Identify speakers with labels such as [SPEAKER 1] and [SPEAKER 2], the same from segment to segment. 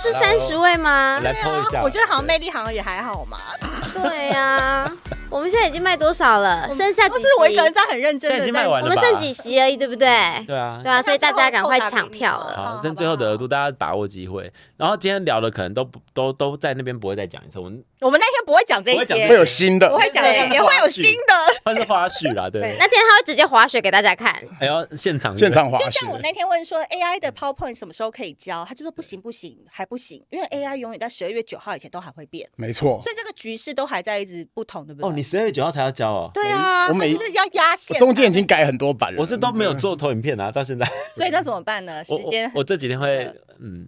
[SPEAKER 1] 是三十位吗？
[SPEAKER 2] 来抛一下，
[SPEAKER 3] 啊我觉得好像魅力好像也还好嘛，
[SPEAKER 1] 啊对呀、我们现在已经卖多少了？剩下
[SPEAKER 3] 不
[SPEAKER 1] 几
[SPEAKER 3] 是我一个人
[SPEAKER 1] 席？
[SPEAKER 3] 在很认真
[SPEAKER 2] 现在已
[SPEAKER 3] 的
[SPEAKER 2] 经卖完
[SPEAKER 1] 我
[SPEAKER 2] 了吧，
[SPEAKER 1] 们剩几席而已，对不对？
[SPEAKER 2] 对啊
[SPEAKER 1] 对，啊，所以大家赶快
[SPEAKER 3] 那最后
[SPEAKER 1] 抢票了。
[SPEAKER 3] 好
[SPEAKER 2] 好，
[SPEAKER 3] 吧
[SPEAKER 2] 剩最后的额度，大家把握机会。然后今天聊的可能都不都都在那边不会再讲一次，我们
[SPEAKER 3] 我们那天不会讲这
[SPEAKER 2] 不会讲
[SPEAKER 3] 些，
[SPEAKER 2] 这
[SPEAKER 4] 会有新的
[SPEAKER 3] 不。会讲这些，
[SPEAKER 2] 对
[SPEAKER 3] 会有新的。
[SPEAKER 2] 算是花 絮啦，对。
[SPEAKER 1] 那天他会直接滑雪给大家看，
[SPEAKER 2] 还要现场
[SPEAKER 4] 现场滑
[SPEAKER 3] 就
[SPEAKER 4] 雪
[SPEAKER 3] 像，我那天问说 AI 的 PowerPoint 什么时候可以教，他就说不行不行，还不行，因为 AI 永远在十二月九号以前都还会变，
[SPEAKER 4] 没错，
[SPEAKER 3] 所以这个局势都还在一直不同，对不对？
[SPEAKER 2] 哦哦，你十二月九号才要交哦。
[SPEAKER 3] 对啊，
[SPEAKER 4] 我
[SPEAKER 3] 他
[SPEAKER 4] 每
[SPEAKER 3] 就是要压
[SPEAKER 4] 我
[SPEAKER 3] 线，啊
[SPEAKER 4] 中间已经改很多版了。
[SPEAKER 2] 我是都没有做投影片啊，到现在。
[SPEAKER 3] 所以那怎么办呢？ 时
[SPEAKER 2] 我我
[SPEAKER 3] 间啊
[SPEAKER 2] 我这几天会，嗯，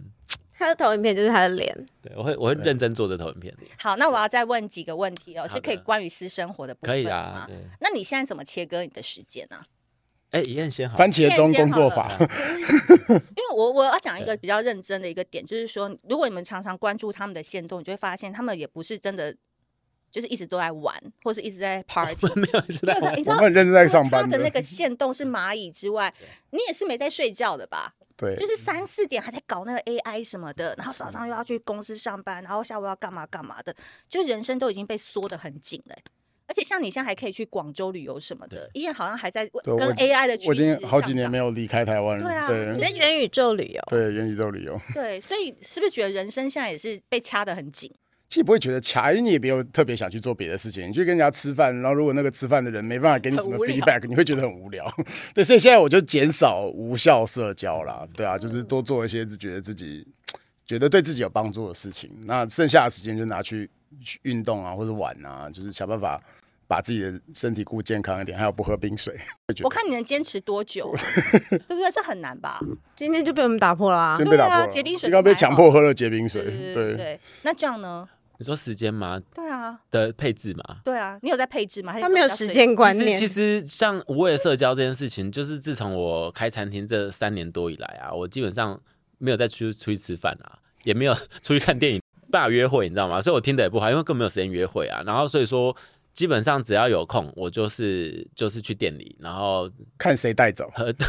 [SPEAKER 1] 他的投影片就是他的脸。
[SPEAKER 2] 对，我会我会认真做这投影片，
[SPEAKER 3] 好，那我要再问几个问题哦，
[SPEAKER 2] 的
[SPEAKER 3] 是可以关于私生活的部分
[SPEAKER 2] 可以
[SPEAKER 3] 的
[SPEAKER 2] 啊
[SPEAKER 3] 吗。
[SPEAKER 2] 对，
[SPEAKER 3] 那你现在怎么切割你的时间呢、
[SPEAKER 2] 哎，一燕先好。
[SPEAKER 4] 番茄钟工作法，
[SPEAKER 3] 因为我我要讲一个比较认真的一个点，就是说，如果你们常常关注他们的行动，你就会发现他们也不是真的，就是一直都在玩，或是一直 在 party。
[SPEAKER 2] 没有一直在
[SPEAKER 3] 没有
[SPEAKER 2] 玩
[SPEAKER 3] 你知
[SPEAKER 4] 我
[SPEAKER 3] 道
[SPEAKER 4] 们很认真在上班
[SPEAKER 3] 他的那个限动是蚂蚁之外，你也是没在睡觉的吧？
[SPEAKER 4] 对嗯
[SPEAKER 3] 就，是三四点还在搞那个 AI 什么的，然
[SPEAKER 4] 啊
[SPEAKER 3] 后早上又要去公司上班，然后下午要干嘛干嘛的，就人生都已经被缩得很紧了欸、而且像你现在还可以去广州旅游什么的，依然好像还在
[SPEAKER 4] 对
[SPEAKER 3] 跟
[SPEAKER 4] 我
[SPEAKER 3] AI 的趋势
[SPEAKER 4] 我已经好几年
[SPEAKER 3] 上
[SPEAKER 4] 没有离开台湾
[SPEAKER 3] 对啊
[SPEAKER 4] 了。
[SPEAKER 1] 你在
[SPEAKER 4] 对
[SPEAKER 1] 元宇宙旅游，
[SPEAKER 4] 对，元宇宙旅游，
[SPEAKER 3] 涨 对，所以是不是觉得人生现在也是被掐得很紧？
[SPEAKER 4] 其实不会觉得卡，因为你也没有特别想去做别的事情。你去跟人家吃饭，然后如果那个吃饭的人没办法给你什么
[SPEAKER 3] 很无聊
[SPEAKER 4] feedback，你会觉得很无聊。对，所以现在我就减少无效社交啦。对啊，就是多做一些自觉得自己觉得对自己有帮助的事情。那剩下的时间就拿去去运动啊，或者玩啊，就是想办法把自己的身体顾健康一点，还有不喝冰水。会觉得
[SPEAKER 3] 我看你能坚持多 久，对不对？这很难吧？
[SPEAKER 2] 嗯
[SPEAKER 1] 今天就被我们打破了啊！
[SPEAKER 4] 真被打
[SPEAKER 3] 对啊
[SPEAKER 4] 破了，
[SPEAKER 3] 结冰水
[SPEAKER 4] 你刚被强迫喝了结冰水
[SPEAKER 3] 对，对对。那这样呢？
[SPEAKER 2] 你说时间吗？
[SPEAKER 3] 对啊，
[SPEAKER 2] 的配置吗？
[SPEAKER 3] 对啊，你有在配置吗？还是
[SPEAKER 1] 他没有
[SPEAKER 3] 比较
[SPEAKER 1] 时
[SPEAKER 3] 随
[SPEAKER 1] 间观
[SPEAKER 2] 其
[SPEAKER 1] 念
[SPEAKER 2] 实，其实像无谓的社交这件事情，就是自从我开餐厅这三年多以来啊，我基本上没有再出出去吃饭啊，也没有出去看电影，没办法约会，你知道吗？所以我听的也不好，因为更没有时间约会啊。然后所以说，基本上只要有空，我就是就是去店里，然后
[SPEAKER 4] 看谁带走。
[SPEAKER 2] 喝。
[SPEAKER 1] too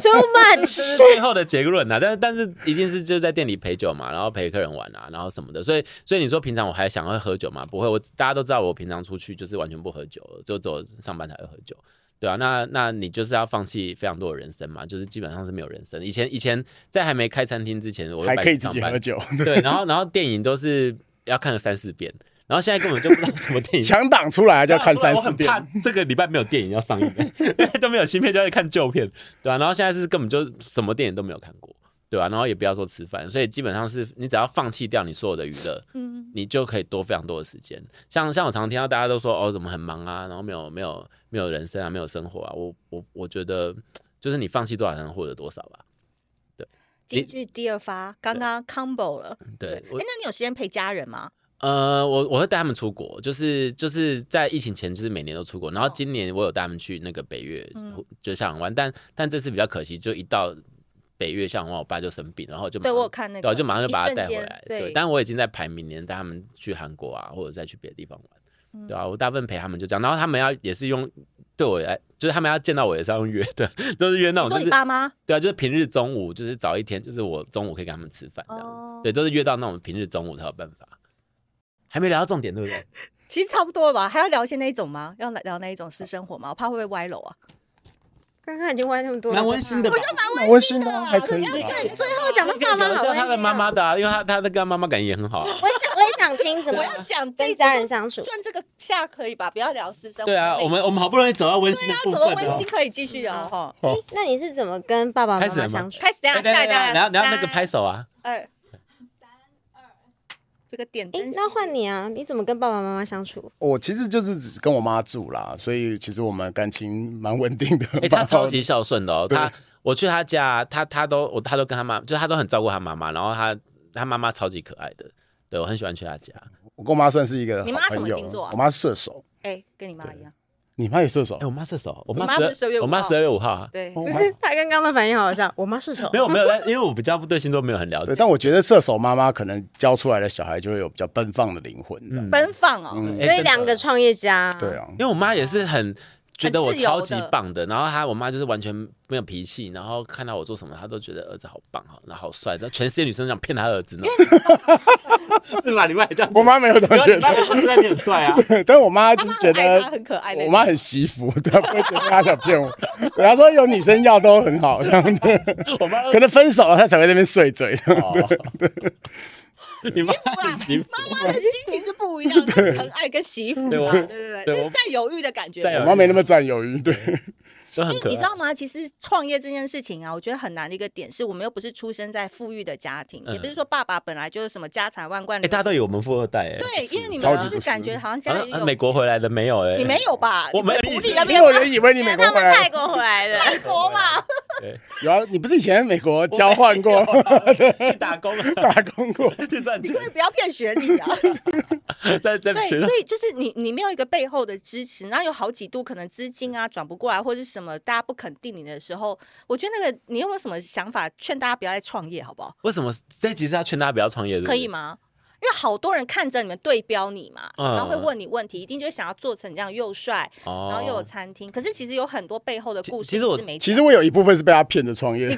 [SPEAKER 2] 这
[SPEAKER 1] much
[SPEAKER 2] 是。最后的结论啊啦、但是但是一定是就在店里陪酒嘛，然后陪客人玩啊，然后什么的。所以所以你说平常我还想会喝酒吗？不会，我大家都知道我平常出去就是完全不喝酒了，就只有上班才会喝酒。对啊，那那你就是要放弃非常多的人生嘛，就是基本上是没有人生。以前以前在还没开餐厅之前，我就
[SPEAKER 4] 还
[SPEAKER 2] 白
[SPEAKER 4] 可以
[SPEAKER 2] 天
[SPEAKER 4] 自己
[SPEAKER 2] 上班
[SPEAKER 4] 喝 酒，
[SPEAKER 2] 对，然后然后电影都是要看了三四遍，然后现在根本就不知道什么电影。
[SPEAKER 4] 强档出来就要看三
[SPEAKER 2] 啊我
[SPEAKER 4] 四
[SPEAKER 2] 很
[SPEAKER 4] 遍。
[SPEAKER 2] 怕这个礼拜没有电影要上映， 都没有新片，就在看旧片，对啊，然后现在是根本就什么电影都没有看过，对啊，然后也不要说吃饭，所以基本上是你只要放弃掉你所有的娱乐，
[SPEAKER 3] 嗯，
[SPEAKER 2] 你就可以多非常多的时间。像像我常听到大家都说哦，怎么很忙啊，然后没有没有没有人生啊，没有生活啊，我我我觉得就是你放弃多少才能获得多少吧。
[SPEAKER 3] 京剧第二发刚刚 combo 了。
[SPEAKER 2] 对，
[SPEAKER 3] 哎，
[SPEAKER 2] 我
[SPEAKER 3] 那你有时间陪家人吗？
[SPEAKER 2] 呃，我我会带他们出国，就是就是在疫情前，就是每年都出国。然后
[SPEAKER 3] 哦
[SPEAKER 2] 今年我有带他们去那个北越，
[SPEAKER 3] 嗯
[SPEAKER 2] 就下港湾，但但这次比较可惜，就一到北越下港湾，我爸就生病，然后就马
[SPEAKER 3] 对
[SPEAKER 2] 上
[SPEAKER 3] 我有看那个，
[SPEAKER 2] 对，啊就马上就把他带
[SPEAKER 3] 一瞬
[SPEAKER 2] 回
[SPEAKER 3] 间
[SPEAKER 2] 来。对，
[SPEAKER 3] 对，
[SPEAKER 2] 但我已经在排明年带他们去韩国啊，或者再去别的地方
[SPEAKER 3] 嗯
[SPEAKER 2] 玩，对啊，我大部分陪他们就这样，然后他们要也是用对我来，就是他们要见到我也是要用约的， 都是约那
[SPEAKER 3] 你
[SPEAKER 2] 种
[SPEAKER 3] 说
[SPEAKER 2] 就
[SPEAKER 3] 你
[SPEAKER 2] 是
[SPEAKER 3] 爸妈
[SPEAKER 2] 对啊，就是平日中午，就是早一天，就是我中午可以跟他们吃饭这样子。
[SPEAKER 3] 哦
[SPEAKER 2] 对，都是约到那种平日中午才有办法。还没聊到重点，对不对？
[SPEAKER 3] 其实差不多了吧？还要聊一些那一种吗？要聊那一种私生活吗？我怕会不会歪楼啊？
[SPEAKER 1] 刚刚已经歪那么多了，
[SPEAKER 2] 蛮温馨的吧？
[SPEAKER 4] 蛮温馨的啊，还可以吧。
[SPEAKER 1] 最最后讲到
[SPEAKER 2] 可以
[SPEAKER 1] 爸妈
[SPEAKER 2] 聊
[SPEAKER 1] 好
[SPEAKER 2] 一下
[SPEAKER 1] 温馨
[SPEAKER 2] 他
[SPEAKER 1] 哦
[SPEAKER 2] 的妈妈的、啊，因为他他的跟他妈妈感情也很好啊。
[SPEAKER 1] 我也想我也想听怎么
[SPEAKER 3] 我
[SPEAKER 2] 啊
[SPEAKER 3] 要讲这
[SPEAKER 1] 跟
[SPEAKER 3] 一
[SPEAKER 1] 家人
[SPEAKER 3] 集
[SPEAKER 1] 相处。
[SPEAKER 3] 算这个下可以吧？不要聊私生活。
[SPEAKER 2] 对啊，我们我们好不容易走到温馨的
[SPEAKER 3] 那
[SPEAKER 2] 部
[SPEAKER 3] 怎
[SPEAKER 2] 分
[SPEAKER 3] 么温
[SPEAKER 2] 哦
[SPEAKER 3] 馨。可啊以继续聊哈？
[SPEAKER 1] 诶那你是怎么跟爸爸妈
[SPEAKER 2] 开始
[SPEAKER 1] 妈
[SPEAKER 2] 了吗
[SPEAKER 1] 相处？
[SPEAKER 3] 开始等一下
[SPEAKER 2] 哎等
[SPEAKER 3] 下
[SPEAKER 2] 下
[SPEAKER 3] 一
[SPEAKER 2] 等
[SPEAKER 3] 代，
[SPEAKER 2] 下然后然后那个拍手啊，
[SPEAKER 3] 二三二，这个点
[SPEAKER 1] 哎
[SPEAKER 3] 灯，
[SPEAKER 1] 那换你啊，你怎么跟爸爸妈妈相处？
[SPEAKER 4] 我其实就是只跟我妈住啦，所以其实我们感情蛮稳定的。
[SPEAKER 2] 哎、 他超级孝顺的哦。
[SPEAKER 4] 对
[SPEAKER 2] 他我去他家，啊他他都我他都跟他妈，就是他都很照顾他妈妈，然后他他妈妈超级可爱的。对我很喜欢去他家，
[SPEAKER 4] 我跟我妈算是一个
[SPEAKER 3] 你
[SPEAKER 4] 好
[SPEAKER 3] 妈什么
[SPEAKER 4] 朋友
[SPEAKER 3] 星座啊
[SPEAKER 4] 我妈是射手，
[SPEAKER 3] 哎，跟你妈一样，
[SPEAKER 4] 你妈也射手
[SPEAKER 2] 哎、。我妈射手，我
[SPEAKER 3] 你
[SPEAKER 2] 妈
[SPEAKER 3] 妈不是
[SPEAKER 2] 十
[SPEAKER 3] 12月
[SPEAKER 2] 二，
[SPEAKER 3] 五
[SPEAKER 2] 我妈
[SPEAKER 3] 号
[SPEAKER 2] 十二月五号啊，
[SPEAKER 3] 对，
[SPEAKER 4] 哦
[SPEAKER 1] 不是他刚刚的反应好好笑，我妈射手
[SPEAKER 2] 没。有没有，但因为我比较对星座没有很了解哎
[SPEAKER 4] 对，，但我觉得射手妈妈可能教出来的小孩就会有比较奔放的灵魂的。
[SPEAKER 2] 嗯
[SPEAKER 3] 奔放哦，
[SPEAKER 2] 哎
[SPEAKER 1] 所以
[SPEAKER 2] 真的
[SPEAKER 1] 两个创业家，
[SPEAKER 4] 对啊，
[SPEAKER 2] 因为我妈也是很，觉得我
[SPEAKER 3] 哦很自由
[SPEAKER 2] 超级
[SPEAKER 3] 的
[SPEAKER 2] 棒的，然后她我妈就是完全没有脾气，然后看到我做什么，她都觉得儿子好棒好，然后好帅，然后全世界女生都想骗她儿子呢， 是吧？你妈也这样
[SPEAKER 4] 我妈没有这样觉
[SPEAKER 2] 你妈
[SPEAKER 4] 得，
[SPEAKER 2] 也觉得你很帅啊，
[SPEAKER 4] 但我妈就
[SPEAKER 3] 妈
[SPEAKER 4] 是觉
[SPEAKER 3] 很爱他，
[SPEAKER 4] 得
[SPEAKER 3] 很可爱。
[SPEAKER 4] 我妈很惜福，她不会觉得她想骗我。对她说有女生要都很好，然后
[SPEAKER 2] 我妈
[SPEAKER 4] 可能分手了她才会在那边碎嘴。
[SPEAKER 2] 你妈
[SPEAKER 3] 不啦
[SPEAKER 2] 很幸福
[SPEAKER 3] 妈妈的心情是不一样的，疼爱跟媳妇嘛，
[SPEAKER 2] 对我
[SPEAKER 3] 对对
[SPEAKER 2] 对
[SPEAKER 3] 对，
[SPEAKER 2] 我
[SPEAKER 3] 就是占有欲的感觉。
[SPEAKER 2] 占有
[SPEAKER 4] 我妈没那么占有欲，对，
[SPEAKER 2] 都很
[SPEAKER 3] 因
[SPEAKER 2] 可
[SPEAKER 3] 为你
[SPEAKER 2] 爱
[SPEAKER 3] 知。道吗？其实创业这件事情啊，我觉得很难的一个点是，我们又不是出生在富裕的家庭，也不
[SPEAKER 2] 嗯
[SPEAKER 3] 是说爸爸本来就是什么家财万贯
[SPEAKER 2] 哎，。大家都以为我们富二代哎，
[SPEAKER 3] 对，因为你
[SPEAKER 4] 超
[SPEAKER 3] 们
[SPEAKER 4] 级
[SPEAKER 3] 就
[SPEAKER 4] 不
[SPEAKER 3] 是感觉
[SPEAKER 4] 是
[SPEAKER 3] 好像家
[SPEAKER 2] 好
[SPEAKER 3] 里
[SPEAKER 2] 像
[SPEAKER 3] 有
[SPEAKER 2] 啊美国回来的没有哎，
[SPEAKER 3] 你 没有吧？
[SPEAKER 2] 我没有
[SPEAKER 3] 你
[SPEAKER 2] 意
[SPEAKER 3] 们埔
[SPEAKER 2] 思
[SPEAKER 3] 里那
[SPEAKER 4] 因
[SPEAKER 3] 边
[SPEAKER 4] 为我人以为你美国
[SPEAKER 1] 他
[SPEAKER 4] 回
[SPEAKER 1] 们
[SPEAKER 4] 来
[SPEAKER 1] 泰国回来 的，
[SPEAKER 3] 国嘛，
[SPEAKER 2] 对
[SPEAKER 4] 有啊，你不是以前在美国交换过、
[SPEAKER 2] 去 打工啊，
[SPEAKER 4] 打工过？
[SPEAKER 2] 去赚
[SPEAKER 3] 你
[SPEAKER 2] 钱
[SPEAKER 3] 可，以不要骗学历 啊。
[SPEAKER 2] 在在学
[SPEAKER 3] 对，
[SPEAKER 2] 校
[SPEAKER 3] 所以就是你你没有一个背后的支持，然后有好几度可能资金啊转不过来或者是什么，大家不肯定你的时候，我觉得那个你有没有什么想法，劝大家不要再创业，好不好？
[SPEAKER 2] 为什么这集是要劝大家不要创业？
[SPEAKER 3] 可以
[SPEAKER 2] 吗？
[SPEAKER 3] 吗？因为好多人看着你们对标你嘛，
[SPEAKER 2] 嗯
[SPEAKER 3] 然后会问你问题，一定就想要做成这样又帅，
[SPEAKER 2] 哦
[SPEAKER 3] 然后又有餐厅。可是其实有很多背后的
[SPEAKER 2] 其
[SPEAKER 3] 故事，
[SPEAKER 2] 其实我
[SPEAKER 3] 没
[SPEAKER 4] 其实我有一部分是被他骗的创业，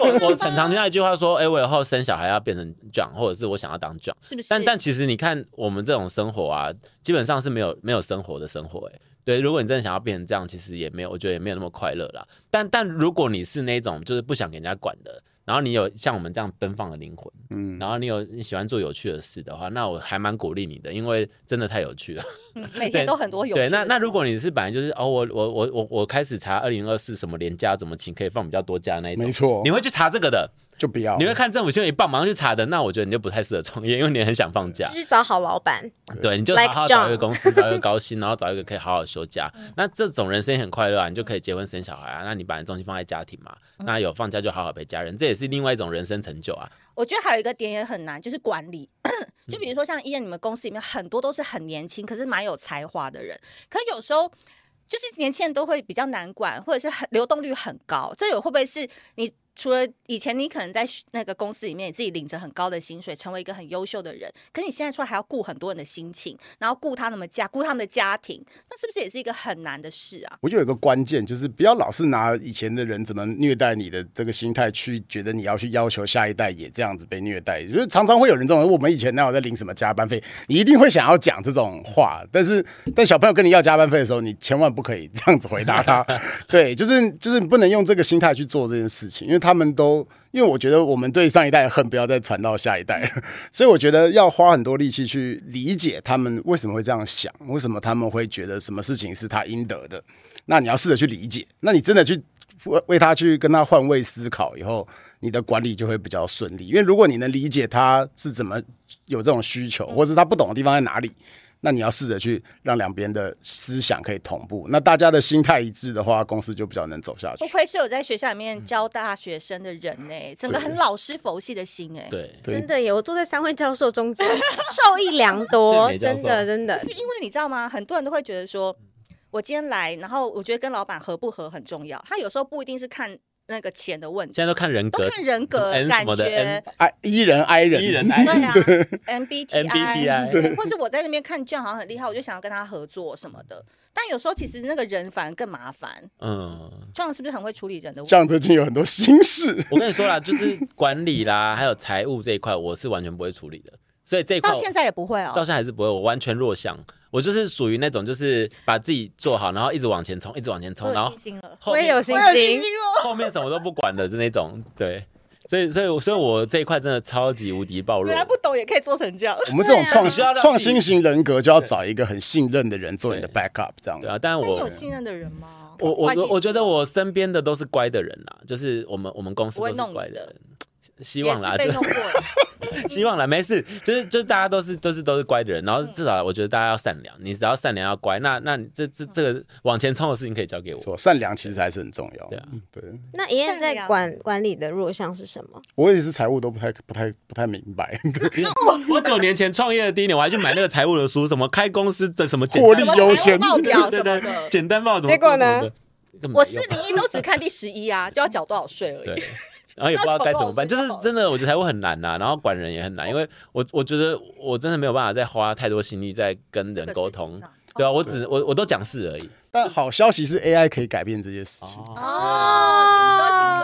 [SPEAKER 2] 我我常常听到一句话说，哎、我以后生小孩要变成 John，或者是我想要当 John。
[SPEAKER 3] 是不是？
[SPEAKER 2] 但但其实你看，我们这种生活啊，基本上是没有没有生活的生活、哎，对，如果你真的想要变成这样，其实也没有，我觉得也没有那么快乐啦。但但如果你是那种就是不想给人家管的，然后你有像我们这样奔放的灵魂，
[SPEAKER 4] 嗯，
[SPEAKER 2] 然后你有你喜欢做有趣的事的话，那我还蛮鼓励你的，因为真的太有趣了。
[SPEAKER 3] 嗯每天都很多有
[SPEAKER 2] 对，
[SPEAKER 3] 趣
[SPEAKER 2] 那
[SPEAKER 3] 的
[SPEAKER 2] 那
[SPEAKER 3] 事
[SPEAKER 2] 如果你是本来就是哦，我我我我我开始查二零二四什么连假怎么请可以放比较多假那一种
[SPEAKER 4] 没，错
[SPEAKER 2] 你，会去查这个的。
[SPEAKER 4] 就不要
[SPEAKER 2] 你。会看政府新闻一报马上去查的，那我觉得你就不太适合创业，因为你很想放假。
[SPEAKER 1] 去找好老板。
[SPEAKER 2] 对，你就好
[SPEAKER 1] Like
[SPEAKER 2] 好找一个
[SPEAKER 1] John
[SPEAKER 2] 公司，找一个高 薪，然后找一个可以好好休假。
[SPEAKER 3] 嗯
[SPEAKER 2] 那这种人生也很快乐啊，你就可以结婚生小孩啊。那你把重心放在家庭嘛，
[SPEAKER 3] 嗯
[SPEAKER 2] 那有放假就好好陪家人，这也是另外一种人生成就啊。
[SPEAKER 3] 我觉得还有一个点也很难，就是管理。嗯 就比如说像伊人，你们公司里面很多都是很年轻，可是蛮有才华的人，可有时候就是年轻人都会比较难管，或者是很流动率很高。这有会不会是你除了以前你可能在那个公司里面你自己领着很高的薪水，成为一个很优秀的人，可你现在出来还要顾很多人的心情，然后顾他们的家，顾他们的家庭，那是不是也是一个很难的事啊？
[SPEAKER 4] 我觉得有一个关键就是不要老是拿以前的人怎么虐待你的这个心态去觉得你要去要求下一代也这样子被虐待，就是常常会有人这种，我们以前哪有在领什么加班费？你一定会想要讲这种话，但是但小朋友跟你要加班费的时候，你千万不可以这样子回答他。对，就是就是你不能用这个心态去做这件事情，因为他们都因为我觉得我们对上一代的恨不要再传到下一代了，所以我觉得要花很多力气去理解他们为什么会这样想，为什么他们会觉得什么事情是他应得的。那你要试着去理解，那你真的去为为他去跟他换位思考以后，你的管理就会比较顺利。因为如果你能理解他是怎么有这种需求，或是他不懂的地方在哪里，那你要试着去让两边的思想可以同步。那大家的心态一致的话，公司就比较能走下去
[SPEAKER 3] 不。愧是有在学校里面教大学生的人呢、整个很老师佛系的心哎、
[SPEAKER 2] 对，
[SPEAKER 4] 对
[SPEAKER 1] 真的耶！我坐在三位教授中间， 受益良多，
[SPEAKER 2] 健美教授
[SPEAKER 1] 真的真的
[SPEAKER 3] 是。因为你知道吗？很多人都会觉得说，
[SPEAKER 2] 嗯
[SPEAKER 3] 我今天来，然后我觉得跟老板合不合很重要。他有时候不一定是看那个钱的问题，
[SPEAKER 2] 现在都看人格
[SPEAKER 3] 都看人格
[SPEAKER 2] N 什
[SPEAKER 3] 感
[SPEAKER 2] 么的
[SPEAKER 3] 觉
[SPEAKER 2] N。
[SPEAKER 4] 哎，依人 挨人，
[SPEAKER 2] 依人挨
[SPEAKER 3] 对啊
[SPEAKER 2] MBTI
[SPEAKER 3] 对或是我在那边看卷好像很厉害，我就想要跟他合作什么的。但有时候其实那个人反而更麻烦。
[SPEAKER 2] 嗯。
[SPEAKER 3] 这样是不是很会处理人的问题？
[SPEAKER 4] 像最近有很多心事，
[SPEAKER 2] 我跟你说啦，就是管理啦， 还有财务这一块，我是完全不会处理的，所以这一块
[SPEAKER 3] 到现在也不会哦
[SPEAKER 2] 到。现在还是不会，我完全弱项，我就是属于那种就是把自己做好，然后一直往前冲，一直往前
[SPEAKER 3] 我
[SPEAKER 2] 冲，然
[SPEAKER 3] 有
[SPEAKER 2] 后
[SPEAKER 3] 信心了，
[SPEAKER 2] 后
[SPEAKER 1] 我也
[SPEAKER 2] 面
[SPEAKER 1] 有信
[SPEAKER 3] 我有信
[SPEAKER 1] 心
[SPEAKER 3] 心，哦。
[SPEAKER 2] 后面什么都不管的，是那种对。所以，所以，所以我这一块真的超级无敌暴弱
[SPEAKER 3] 原。来不懂也可以做成这样。
[SPEAKER 4] 我们这种
[SPEAKER 1] 对啊
[SPEAKER 4] 创
[SPEAKER 1] 你
[SPEAKER 2] 知道让
[SPEAKER 4] 创
[SPEAKER 2] 自己
[SPEAKER 4] 新型人格就要找一个很信任的人做你的 backup，这样
[SPEAKER 2] 对啊，但是
[SPEAKER 3] 那你
[SPEAKER 2] 我
[SPEAKER 3] 有信任的人吗？
[SPEAKER 2] 我我
[SPEAKER 3] 会计
[SPEAKER 2] 我我
[SPEAKER 3] 师
[SPEAKER 2] 觉得我身边的都是乖的人啦，就是我们我们公司
[SPEAKER 3] 不
[SPEAKER 2] 都
[SPEAKER 3] 会
[SPEAKER 2] 是
[SPEAKER 3] 弄
[SPEAKER 2] 乖
[SPEAKER 3] 你
[SPEAKER 2] 的
[SPEAKER 3] 的
[SPEAKER 2] 人。希
[SPEAKER 3] 也
[SPEAKER 2] 望
[SPEAKER 3] 是
[SPEAKER 2] 啦，
[SPEAKER 3] 被
[SPEAKER 2] 就
[SPEAKER 3] 弄过了。
[SPEAKER 2] 希望啦，没事，就是就是大家都是都是都是乖的人，然后
[SPEAKER 3] 嗯
[SPEAKER 2] 至少我觉得大家要善良，你只要善良要乖，那那你这这这个往前冲的事情可以交给我。
[SPEAKER 4] 说善良其实还是很重要。
[SPEAKER 2] 对啊
[SPEAKER 4] 嗯对，
[SPEAKER 1] 那爷爷
[SPEAKER 3] 善
[SPEAKER 1] 在
[SPEAKER 3] 良
[SPEAKER 1] 管管理的弱项是什么？
[SPEAKER 4] 我也是财务都不太不太不太明 白，
[SPEAKER 2] 我九年前创业的第一年，我还去买那个财务的书，什么开公司的什么简
[SPEAKER 4] 获
[SPEAKER 2] 单
[SPEAKER 4] 利
[SPEAKER 3] 什么
[SPEAKER 4] 优
[SPEAKER 3] 财务
[SPEAKER 4] 先
[SPEAKER 3] 报 表什
[SPEAKER 2] 对对
[SPEAKER 3] 么的。
[SPEAKER 2] 对，简单报怎么
[SPEAKER 1] 结果呢
[SPEAKER 2] 做什么的？根本
[SPEAKER 3] 我
[SPEAKER 2] 没
[SPEAKER 3] 四
[SPEAKER 2] 用
[SPEAKER 3] 零一都只看第十一啊，就要缴多少税而
[SPEAKER 2] 对
[SPEAKER 3] 已。，
[SPEAKER 2] 然后也不知道该怎么
[SPEAKER 3] 那
[SPEAKER 2] 办，就
[SPEAKER 3] 怎么
[SPEAKER 2] 是
[SPEAKER 3] 办
[SPEAKER 2] 真的，我觉得财务很难呐、然后管
[SPEAKER 3] 哦
[SPEAKER 2] 人也很难，因为我我觉得我真的没有办法再花太多心力在跟人
[SPEAKER 3] 这个
[SPEAKER 2] 沟
[SPEAKER 3] 事情
[SPEAKER 2] 通
[SPEAKER 3] 上，哦
[SPEAKER 2] 对啊，我只我我都讲是而已。
[SPEAKER 4] 但好消息是 AI 可以改变这些
[SPEAKER 2] 哦
[SPEAKER 4] 事情。
[SPEAKER 3] 哦，请说，请说，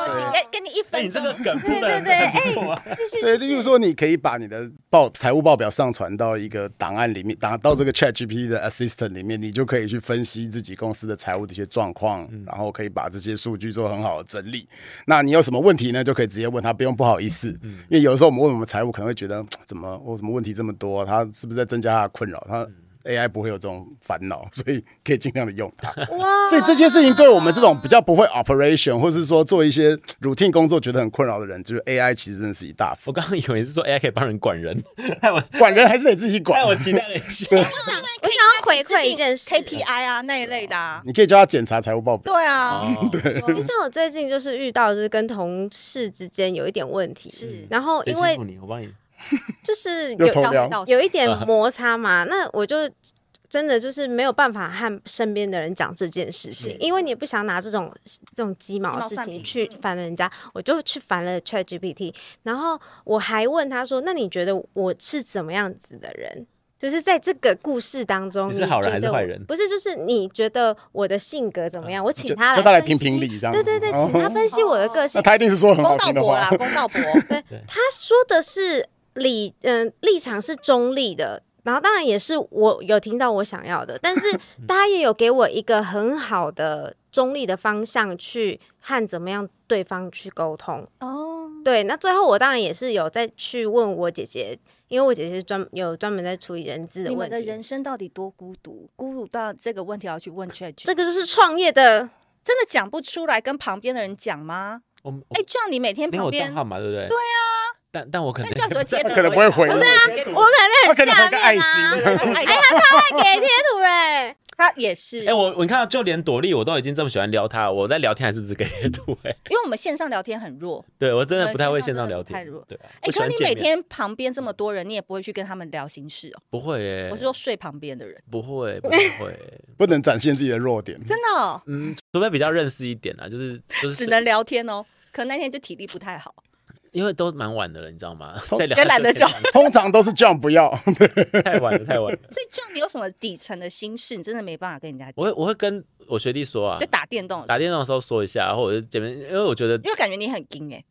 [SPEAKER 1] 对
[SPEAKER 3] 请给给你一
[SPEAKER 2] 哎，
[SPEAKER 3] 分
[SPEAKER 2] 你这
[SPEAKER 3] 钟。
[SPEAKER 2] 个梗铺
[SPEAKER 1] 对
[SPEAKER 2] 的
[SPEAKER 1] 对对，哎
[SPEAKER 2] 不错啊。，
[SPEAKER 1] 继续
[SPEAKER 4] 对，
[SPEAKER 1] 继
[SPEAKER 4] 例
[SPEAKER 1] 续
[SPEAKER 4] 如说，你可以把你的报财务报表上传到一个档案里面，打到这个 ChatGPT 的 Assistant 里面，你就可以去分析自己公司的财务的一些状况，然后可以把这些数据做很好的整理。那你有什么问题呢？就可以直接问他，不用不好意思，因为有的时候我们问我们财务可能会觉得嘖怎么我什么问题这么多，他是不是在增加他的困扰？他 AI 不会有这种烦恼，所以可以尽量的用它。
[SPEAKER 1] 哇
[SPEAKER 4] 所以这件事情对我们这种比较不会 operation，或是说做一些 routine 工作觉得很困扰的人，就是 AI 其实真的是一大福。
[SPEAKER 2] 我刚刚以为是说 AI 可以帮人管人，
[SPEAKER 4] 管人还是得自己管
[SPEAKER 2] 哎哎，。我期待了一下。
[SPEAKER 1] 我想要回馈一件事
[SPEAKER 3] KPI 啊那一类的啊，
[SPEAKER 4] 你可以叫他检查财务报表。
[SPEAKER 3] 对啊，
[SPEAKER 2] 哦
[SPEAKER 1] 因为像我最近就是遇到，就是跟同事之间有一点问题，
[SPEAKER 3] 是
[SPEAKER 1] 然后
[SPEAKER 2] 谁
[SPEAKER 1] 因
[SPEAKER 2] 欺
[SPEAKER 1] 为
[SPEAKER 2] 负你？我帮你。
[SPEAKER 1] 就是
[SPEAKER 4] 又
[SPEAKER 1] 有
[SPEAKER 4] 偷聊
[SPEAKER 3] 到
[SPEAKER 1] 有一点摩擦嘛，那我就真的就是没有办法和身边的人讲这件事情，因为你也不想拿这种这种鸡毛的事情去烦人家，我就去烦了 ChatGPT，然后我还问他说：“那你觉得我是怎么样子的人？”就是在这个故事当中，
[SPEAKER 2] 你是好人
[SPEAKER 1] 觉得
[SPEAKER 2] 还是坏
[SPEAKER 1] 我
[SPEAKER 2] 人
[SPEAKER 1] 不是，就是你觉得我的性格怎么样？我请
[SPEAKER 4] 就
[SPEAKER 1] 他来
[SPEAKER 4] 叫他来
[SPEAKER 1] 分
[SPEAKER 4] 评评
[SPEAKER 1] 析
[SPEAKER 4] 理这样哦
[SPEAKER 1] 对对对，请他分析我的个性
[SPEAKER 4] 那。他一定是说很好
[SPEAKER 3] 公道
[SPEAKER 4] 听的
[SPEAKER 3] 博啦，
[SPEAKER 4] 话。
[SPEAKER 3] 公 道博。
[SPEAKER 1] 对，他说的是理，嗯、立场是中立的。然后当然也是我有听到我想要的，但是
[SPEAKER 4] 嗯
[SPEAKER 1] 大家也有给我一个很好的中立的方向去和怎么样对方去沟通。
[SPEAKER 3] 哦，
[SPEAKER 1] 对，那最后我当然也是有再去问我姐姐，因为我姐姐是专有专门在处理人资的
[SPEAKER 3] 你
[SPEAKER 1] 问
[SPEAKER 3] 们的
[SPEAKER 1] 题
[SPEAKER 3] 人。生到底多孤独？孤独到这个问题要去问 Chat，
[SPEAKER 1] 这个就是创业 的，
[SPEAKER 3] 真的讲不出来，跟旁边的人讲吗？
[SPEAKER 2] 我
[SPEAKER 3] 哎、这样你每天
[SPEAKER 2] 没有
[SPEAKER 3] 旁
[SPEAKER 2] 我
[SPEAKER 3] 边哎
[SPEAKER 2] 账，号嘛，对不对？对啊。但但我可能
[SPEAKER 3] 这样子会贴图
[SPEAKER 4] 可能不会回
[SPEAKER 3] 不
[SPEAKER 4] 不
[SPEAKER 3] 是
[SPEAKER 4] 是
[SPEAKER 1] 我
[SPEAKER 3] 啊，
[SPEAKER 1] 可能
[SPEAKER 4] 他
[SPEAKER 1] 很下
[SPEAKER 4] 可能还个
[SPEAKER 1] 面
[SPEAKER 4] 爱
[SPEAKER 1] 啊，
[SPEAKER 4] 心，
[SPEAKER 3] 哎呀，
[SPEAKER 1] 给贴图哎、
[SPEAKER 3] 他也是，
[SPEAKER 2] 哎、我我你看到，就连朵莉我都已经这么喜欢撩她，我在聊天还是只给贴图哎、
[SPEAKER 3] 因为我们线上聊天很弱。
[SPEAKER 2] 对我真的不太会
[SPEAKER 3] 线
[SPEAKER 2] 线
[SPEAKER 3] 上真的
[SPEAKER 2] 上聊
[SPEAKER 3] 不太
[SPEAKER 2] 天
[SPEAKER 3] 弱，
[SPEAKER 2] 对啊，
[SPEAKER 3] 哎、
[SPEAKER 2] 我喜
[SPEAKER 3] 可
[SPEAKER 2] 欢
[SPEAKER 3] 你
[SPEAKER 2] 见
[SPEAKER 3] 每
[SPEAKER 2] 面
[SPEAKER 3] 天旁边这么多人，你也不会去跟他们聊心事哦。
[SPEAKER 2] 不会哎、
[SPEAKER 3] 我是说睡旁边的人，
[SPEAKER 2] 不会不会，
[SPEAKER 4] 不能展现自己的弱点。
[SPEAKER 3] 真的、哦，
[SPEAKER 2] 嗯，除非比较认识一点啦，就是就是
[SPEAKER 3] 只能聊天哦。可能那天就体力不太好，
[SPEAKER 2] 因为都蛮晚的了，你知道吗？
[SPEAKER 4] 通
[SPEAKER 2] 再聊
[SPEAKER 3] 也懒得
[SPEAKER 2] 就天
[SPEAKER 4] 通常都是 John 不要，
[SPEAKER 2] 亮 太晚了太晚了。
[SPEAKER 3] 所以这样你有什么底层的心事，你真的没办法跟人家
[SPEAKER 2] 我会
[SPEAKER 3] 讲。
[SPEAKER 2] 我会跟我学弟说啊
[SPEAKER 3] 就，打电动，
[SPEAKER 2] 打电话的时候说一下，然后我就见面，因为我觉得
[SPEAKER 3] 因为感觉你很硬哎、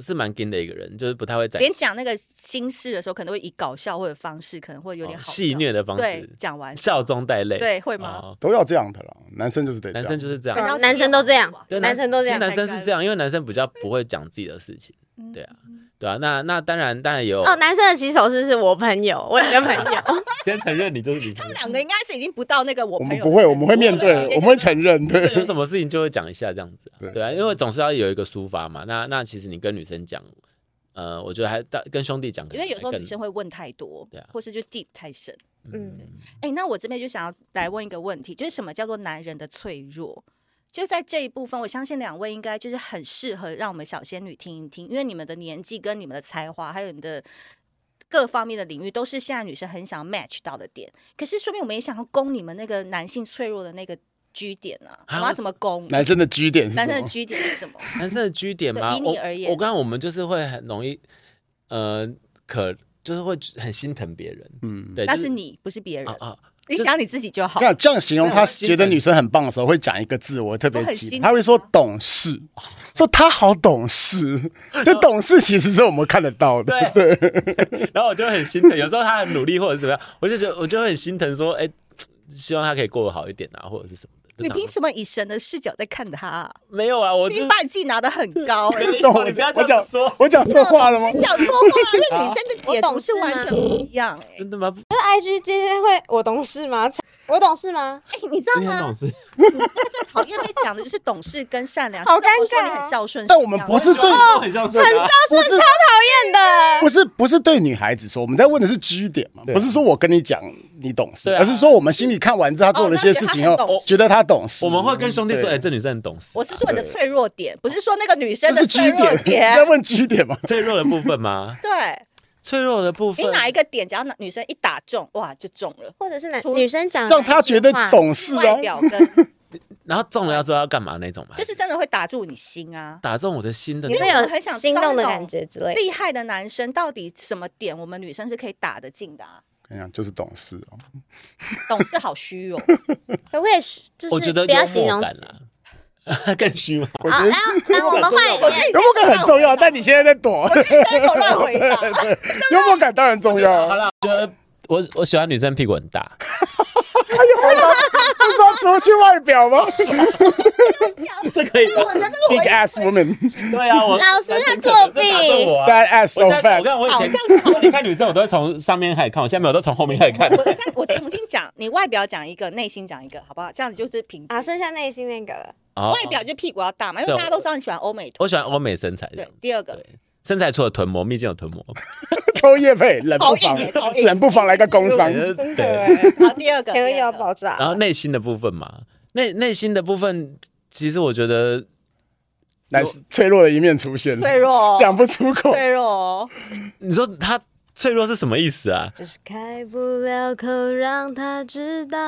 [SPEAKER 2] 是蛮 gay 的一个人，就是不太会展
[SPEAKER 3] 连讲那个心事的时候，可能会以搞笑或者方式，可能会有点
[SPEAKER 2] 哦
[SPEAKER 3] 好笑
[SPEAKER 2] 戏虐的方
[SPEAKER 3] 对
[SPEAKER 2] 式，，
[SPEAKER 3] 讲完
[SPEAKER 2] 笑中带泪，
[SPEAKER 3] 对会吗？
[SPEAKER 2] 哦
[SPEAKER 4] 都要这样的啦。男生就是得这样，
[SPEAKER 2] 男生就是这样
[SPEAKER 3] 可，是要
[SPEAKER 1] 男生都这样
[SPEAKER 2] 对，
[SPEAKER 1] 男生都这
[SPEAKER 2] 其
[SPEAKER 1] 样
[SPEAKER 2] 实，男生是这样，因为男生比较不会讲自己的事情，
[SPEAKER 3] 嗯
[SPEAKER 2] 对啊，对啊。那那当然，当然也有。
[SPEAKER 1] 哦，男生的起手式是我朋友，我有个朋友，
[SPEAKER 2] 先承认你就是你。他们
[SPEAKER 3] 两个应该是已经不到那个我
[SPEAKER 4] 我
[SPEAKER 3] 朋
[SPEAKER 4] 们
[SPEAKER 3] 友的
[SPEAKER 4] 不会，我们会面对，
[SPEAKER 3] 我
[SPEAKER 4] 我们会承认。对，
[SPEAKER 2] 有什么事情就会讲一下这样子、啊，
[SPEAKER 4] 对
[SPEAKER 2] 对啊，因为总是要有一个抒发嘛。那那其实你跟女生讲，呃，我觉得还大跟兄弟讲可
[SPEAKER 3] 因
[SPEAKER 2] 能还
[SPEAKER 3] 为
[SPEAKER 2] 更，
[SPEAKER 3] 有时候女生会问太多
[SPEAKER 2] 对啊，
[SPEAKER 3] 或是就 deep 太深。
[SPEAKER 1] 嗯。
[SPEAKER 3] 哎，那我这边就想要来问一个问题，就是什么叫做男人的脆弱？就在这一部分，我相信两位应该就是很适合让我们小仙女听一听，因为你们的年纪、跟你们的才华，还有你的各方面的领域，都是现在女生很想 match 到的点。可是，说明我们也想要攻你们那个男性脆弱的那个据点啊，我
[SPEAKER 2] 啊
[SPEAKER 3] 们要怎么攻？
[SPEAKER 4] 男生的居点是什
[SPEAKER 3] 男生的
[SPEAKER 4] 么？
[SPEAKER 3] 据点是什么？
[SPEAKER 2] 男生的居点嘛，
[SPEAKER 3] 对以你而言
[SPEAKER 2] 我我刚刚我们就是会很容易，呃，可就是会很心疼别人，
[SPEAKER 4] 嗯，
[SPEAKER 2] 对，
[SPEAKER 3] 那
[SPEAKER 2] 就是
[SPEAKER 3] 你，不是别人
[SPEAKER 2] 啊，啊，
[SPEAKER 3] 你
[SPEAKER 2] 就
[SPEAKER 3] 讲你自己就好
[SPEAKER 4] 这。样这样形容
[SPEAKER 2] 没有
[SPEAKER 4] 他
[SPEAKER 2] 我心疼
[SPEAKER 4] 觉得女生很棒的时候，会讲一个字，我特别
[SPEAKER 3] 我很
[SPEAKER 4] 提
[SPEAKER 3] 心，疼
[SPEAKER 4] 他会说懂事，说他好懂事。这懂事其实是我们看得到的。
[SPEAKER 2] 对， 然后我就很心疼，有时候他很努力或者是怎么样，我就觉得我就会很心疼说，哎、希望他可以过得好一点啊，或者是什么的。就
[SPEAKER 3] 你
[SPEAKER 2] 想
[SPEAKER 3] 凭什么以神的视角在看他啊、
[SPEAKER 2] 没有啊？我就
[SPEAKER 3] 你
[SPEAKER 2] 是
[SPEAKER 3] 把你自己拿得很高、欸，
[SPEAKER 2] 没
[SPEAKER 4] 这种
[SPEAKER 2] 有你不要
[SPEAKER 4] 我
[SPEAKER 2] 这样
[SPEAKER 4] 讲
[SPEAKER 2] 子说，
[SPEAKER 4] 我讲错话了吗？
[SPEAKER 3] 讲错话了，因为女生的解读是完全不一样、欸。
[SPEAKER 2] 真的吗？
[SPEAKER 1] 那 IG 今天会我懂事吗？我懂事吗？
[SPEAKER 3] 哎、你知道
[SPEAKER 2] 你很懂
[SPEAKER 3] 吗？
[SPEAKER 2] 事，
[SPEAKER 3] 最讨厌被讲的就是懂事跟善良，
[SPEAKER 1] 好
[SPEAKER 3] 就跟我说
[SPEAKER 1] 尴尬哦
[SPEAKER 3] 你很孝顺一样，
[SPEAKER 4] 但我们不是对，
[SPEAKER 2] 我很像顺、啊，很像
[SPEAKER 1] 都哦是超讨厌的。
[SPEAKER 4] 不是不是对女孩子说，我们在问的是基点嘛，
[SPEAKER 1] 啊
[SPEAKER 4] 不是说我跟你讲你懂事，
[SPEAKER 2] 对啊啊
[SPEAKER 4] 而是说我们心里看完之后，他做了一些事情
[SPEAKER 3] 哦那觉得他很懂
[SPEAKER 4] 后，觉得他懂事。
[SPEAKER 2] 我们会跟兄弟说，
[SPEAKER 4] 对
[SPEAKER 2] 哎、这女生很懂事啊、
[SPEAKER 3] 我是说你的脆弱点，不是说那个女生
[SPEAKER 4] 这
[SPEAKER 3] 的
[SPEAKER 4] 是
[SPEAKER 3] 脆
[SPEAKER 4] 基
[SPEAKER 3] 弱
[SPEAKER 4] 点，你
[SPEAKER 3] 点？
[SPEAKER 4] 在。问基点吗？
[SPEAKER 2] 脆弱的部分吗
[SPEAKER 3] 对
[SPEAKER 2] 脆弱的部分，
[SPEAKER 3] 你哪一个点，只要女生一打中，哇，就中了。
[SPEAKER 1] 或者是男
[SPEAKER 3] 说
[SPEAKER 1] 女生
[SPEAKER 2] 嗯
[SPEAKER 1] 讲，
[SPEAKER 4] 让他觉得，懂事
[SPEAKER 3] 外
[SPEAKER 4] 啊。
[SPEAKER 3] 表跟
[SPEAKER 2] 然后中了要知道要干嘛那种嘛？
[SPEAKER 3] 就是真的会打住你心啊。
[SPEAKER 2] 打中我的心的
[SPEAKER 1] 你
[SPEAKER 2] 那
[SPEAKER 1] 会
[SPEAKER 2] 种。
[SPEAKER 1] 有心动的感觉之类的。
[SPEAKER 3] 厉害的男生到底什么点，我们女生是可以打得进的啊？
[SPEAKER 4] 哎呀，就是懂事哦。
[SPEAKER 3] 懂事好虚 哦，
[SPEAKER 1] 可我也是，就
[SPEAKER 2] 我觉
[SPEAKER 1] 是
[SPEAKER 2] 得
[SPEAKER 1] 不
[SPEAKER 2] 幽
[SPEAKER 1] 要形
[SPEAKER 2] 默
[SPEAKER 1] 容。
[SPEAKER 2] 感啦， 更虚嘛。
[SPEAKER 4] 我觉
[SPEAKER 1] 好，
[SPEAKER 4] 得
[SPEAKER 1] 来来，我们换一个。
[SPEAKER 4] 幽默感很重要，但你现在在躲。
[SPEAKER 3] 开口乱回答。
[SPEAKER 4] 幽默感当然重要啊。
[SPEAKER 2] 好了，我觉得我我喜欢女生屁股 很大，
[SPEAKER 4] 哎不是要除去外表吗
[SPEAKER 2] 这可以吧。
[SPEAKER 4] ？Big ass woman,
[SPEAKER 2] 对啊，我
[SPEAKER 1] 老师他
[SPEAKER 2] 这
[SPEAKER 1] 作弊
[SPEAKER 2] 打中我啊
[SPEAKER 4] bad ass
[SPEAKER 2] 我
[SPEAKER 4] so
[SPEAKER 2] 现在我
[SPEAKER 4] fat。
[SPEAKER 2] 看我以前 我以前看女生，我都会从上面开始看，我现在没有，都从后面开始看。
[SPEAKER 3] 我现在我重新讲，你外表讲一个，内心讲一个，好不好？这样子就是平。
[SPEAKER 1] 啊，剩下内心那个了。
[SPEAKER 2] 哦
[SPEAKER 3] 外表就屁股要大嘛，因
[SPEAKER 2] 对
[SPEAKER 3] 为大家都知道你喜欢欧美图。
[SPEAKER 2] 我喜欢欧美身材这
[SPEAKER 3] 对
[SPEAKER 2] 样，，
[SPEAKER 3] 第二个
[SPEAKER 2] 身材除了臀模，蜜饯有臀模，
[SPEAKER 4] 抽叶配，冷不
[SPEAKER 3] 超
[SPEAKER 4] 防
[SPEAKER 3] 硬耶超，硬
[SPEAKER 4] 冷不防来个工伤。
[SPEAKER 1] 真的
[SPEAKER 2] 对。
[SPEAKER 1] 欸，
[SPEAKER 3] 好，第二个
[SPEAKER 1] 前额
[SPEAKER 3] 第
[SPEAKER 1] 叶
[SPEAKER 3] 二
[SPEAKER 1] 要
[SPEAKER 3] 个
[SPEAKER 1] 爆炸。
[SPEAKER 2] 然后内心的部分嘛，内内心的部分，其实我觉得
[SPEAKER 4] 男脆弱的一面出现了，
[SPEAKER 3] 脆弱哦，
[SPEAKER 4] 讲不出口。
[SPEAKER 3] 脆弱哦，
[SPEAKER 2] 你说他脆弱是什么意思啊？
[SPEAKER 1] 就是开不了口，让他知道。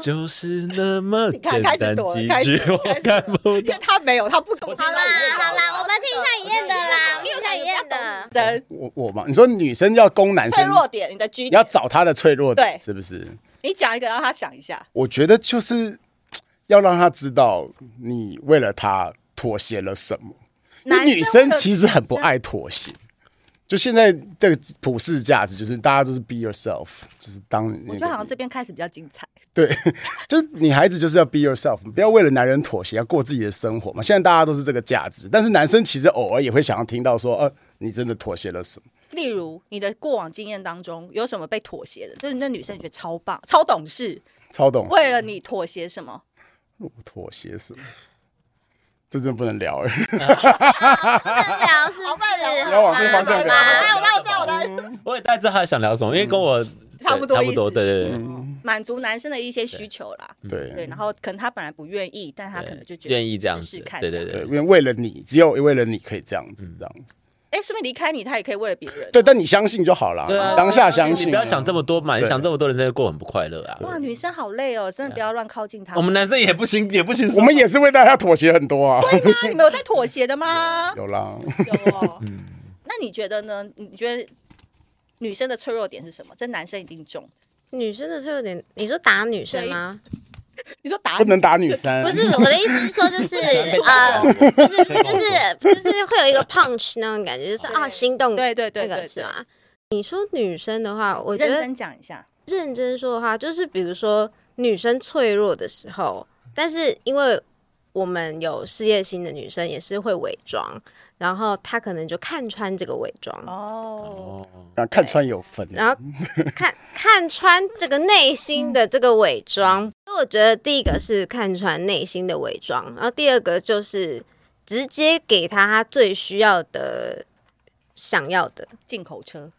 [SPEAKER 2] 就是那 么
[SPEAKER 3] 你看
[SPEAKER 2] 简
[SPEAKER 3] 开始
[SPEAKER 2] 单
[SPEAKER 3] 躲了
[SPEAKER 2] 几
[SPEAKER 3] 开始
[SPEAKER 2] 句，我
[SPEAKER 3] 开始
[SPEAKER 2] 看不
[SPEAKER 3] 因
[SPEAKER 2] 懂
[SPEAKER 3] 为。他没有，他不懂。
[SPEAKER 1] 好啦好啦，我们听一下雨燕的啦，我们听一下雨燕的。
[SPEAKER 3] 真
[SPEAKER 4] 我我嘛，你说女生要攻男
[SPEAKER 3] 脆
[SPEAKER 4] 生，
[SPEAKER 3] 弱点，你的 G
[SPEAKER 4] 你要找她的脆弱点，
[SPEAKER 3] 对
[SPEAKER 4] 是不是？
[SPEAKER 3] 你讲一个，让他想一下。
[SPEAKER 4] 我觉得就是嘖要让她知道你为了她妥协了什么。因为
[SPEAKER 3] 男
[SPEAKER 4] 女生其实
[SPEAKER 3] 会有
[SPEAKER 4] 很不爱妥协。就现在的普世价值，就是大家都是 be yourself，就是当
[SPEAKER 3] 我
[SPEAKER 4] 那
[SPEAKER 3] 觉得好
[SPEAKER 4] 个
[SPEAKER 3] 像这边开始比较精彩。
[SPEAKER 4] 对，就是女孩子就是要 be yourself，不要为了男人妥协，要过自己的生活嘛。现在大家都是这个价值，但是男生其实偶尔也会想要听到说，呃，你真的妥协了什么？
[SPEAKER 3] 例如，你的过往经验当中有什么被妥协的？就是那女生你觉得超棒、超懂事，
[SPEAKER 4] 超懂
[SPEAKER 3] 为了你妥协什么？
[SPEAKER 4] 妥协什么？这真的不能聊哎、
[SPEAKER 1] 能聊是不是？
[SPEAKER 4] 不要往这个方向聊
[SPEAKER 1] 好吧
[SPEAKER 3] 还有到这的
[SPEAKER 2] 我也大致知道他想聊什么，因为跟我
[SPEAKER 3] 嗯差不多
[SPEAKER 2] 对
[SPEAKER 3] 意思嗯
[SPEAKER 2] 差不多，对对对，
[SPEAKER 3] 满足男生的一些需求啦。
[SPEAKER 4] 对
[SPEAKER 3] 对，然后可能他本来不愿意，但他可能就觉得
[SPEAKER 2] 愿意这样
[SPEAKER 3] 试
[SPEAKER 2] 子
[SPEAKER 3] 试，看。
[SPEAKER 2] 对对。
[SPEAKER 4] 对，因
[SPEAKER 2] 对。
[SPEAKER 4] 为为了你，只有为了你可以这样子，这样子。
[SPEAKER 3] 哎，顺便离开你，他也可以为了别人。
[SPEAKER 4] 对，但你相信就好了，
[SPEAKER 2] 对啊
[SPEAKER 4] 你当下相
[SPEAKER 2] 你
[SPEAKER 4] 信、
[SPEAKER 2] 不要想这么多嘛，你
[SPEAKER 4] 对
[SPEAKER 2] 想这么多人生过很不快乐啊。
[SPEAKER 3] 哇，女生好累哦，真的不要乱靠近他。
[SPEAKER 2] 我们男生也不行，也不行。
[SPEAKER 4] 我们也是为大家妥协很多啊，
[SPEAKER 3] 对吗？你们有在妥协的吗？
[SPEAKER 4] 有啦。
[SPEAKER 3] 有哦。那你觉得呢？你觉得女生的脆弱点是什么？这男生一定中。
[SPEAKER 1] 女生的是有点，你说打女生吗？
[SPEAKER 3] 你说打
[SPEAKER 4] 不能打女 生，
[SPEAKER 1] 不是，我的意思是说，就是呃，不是不是，就是就是会有一个 punch 那种感觉，就是啊，
[SPEAKER 3] 对
[SPEAKER 1] 心动，
[SPEAKER 3] 对对对对
[SPEAKER 1] 那个
[SPEAKER 3] 对
[SPEAKER 1] 是吗？你说女生的话，我觉
[SPEAKER 3] 认
[SPEAKER 1] 得
[SPEAKER 3] 真讲一下。
[SPEAKER 1] 认真说的话，就是比如说女生脆弱的时候，但是因为我们有事业心的女生也是会伪装，然后她可能就看穿这个伪装，
[SPEAKER 3] 哦，
[SPEAKER 4] 啊看穿有分，
[SPEAKER 1] 然后看 看穿这个内心的这个伪装。所以我觉得第一个是看穿内心的伪装，然后第二个就是直接给她她最需要的、想要的。
[SPEAKER 3] 进口车，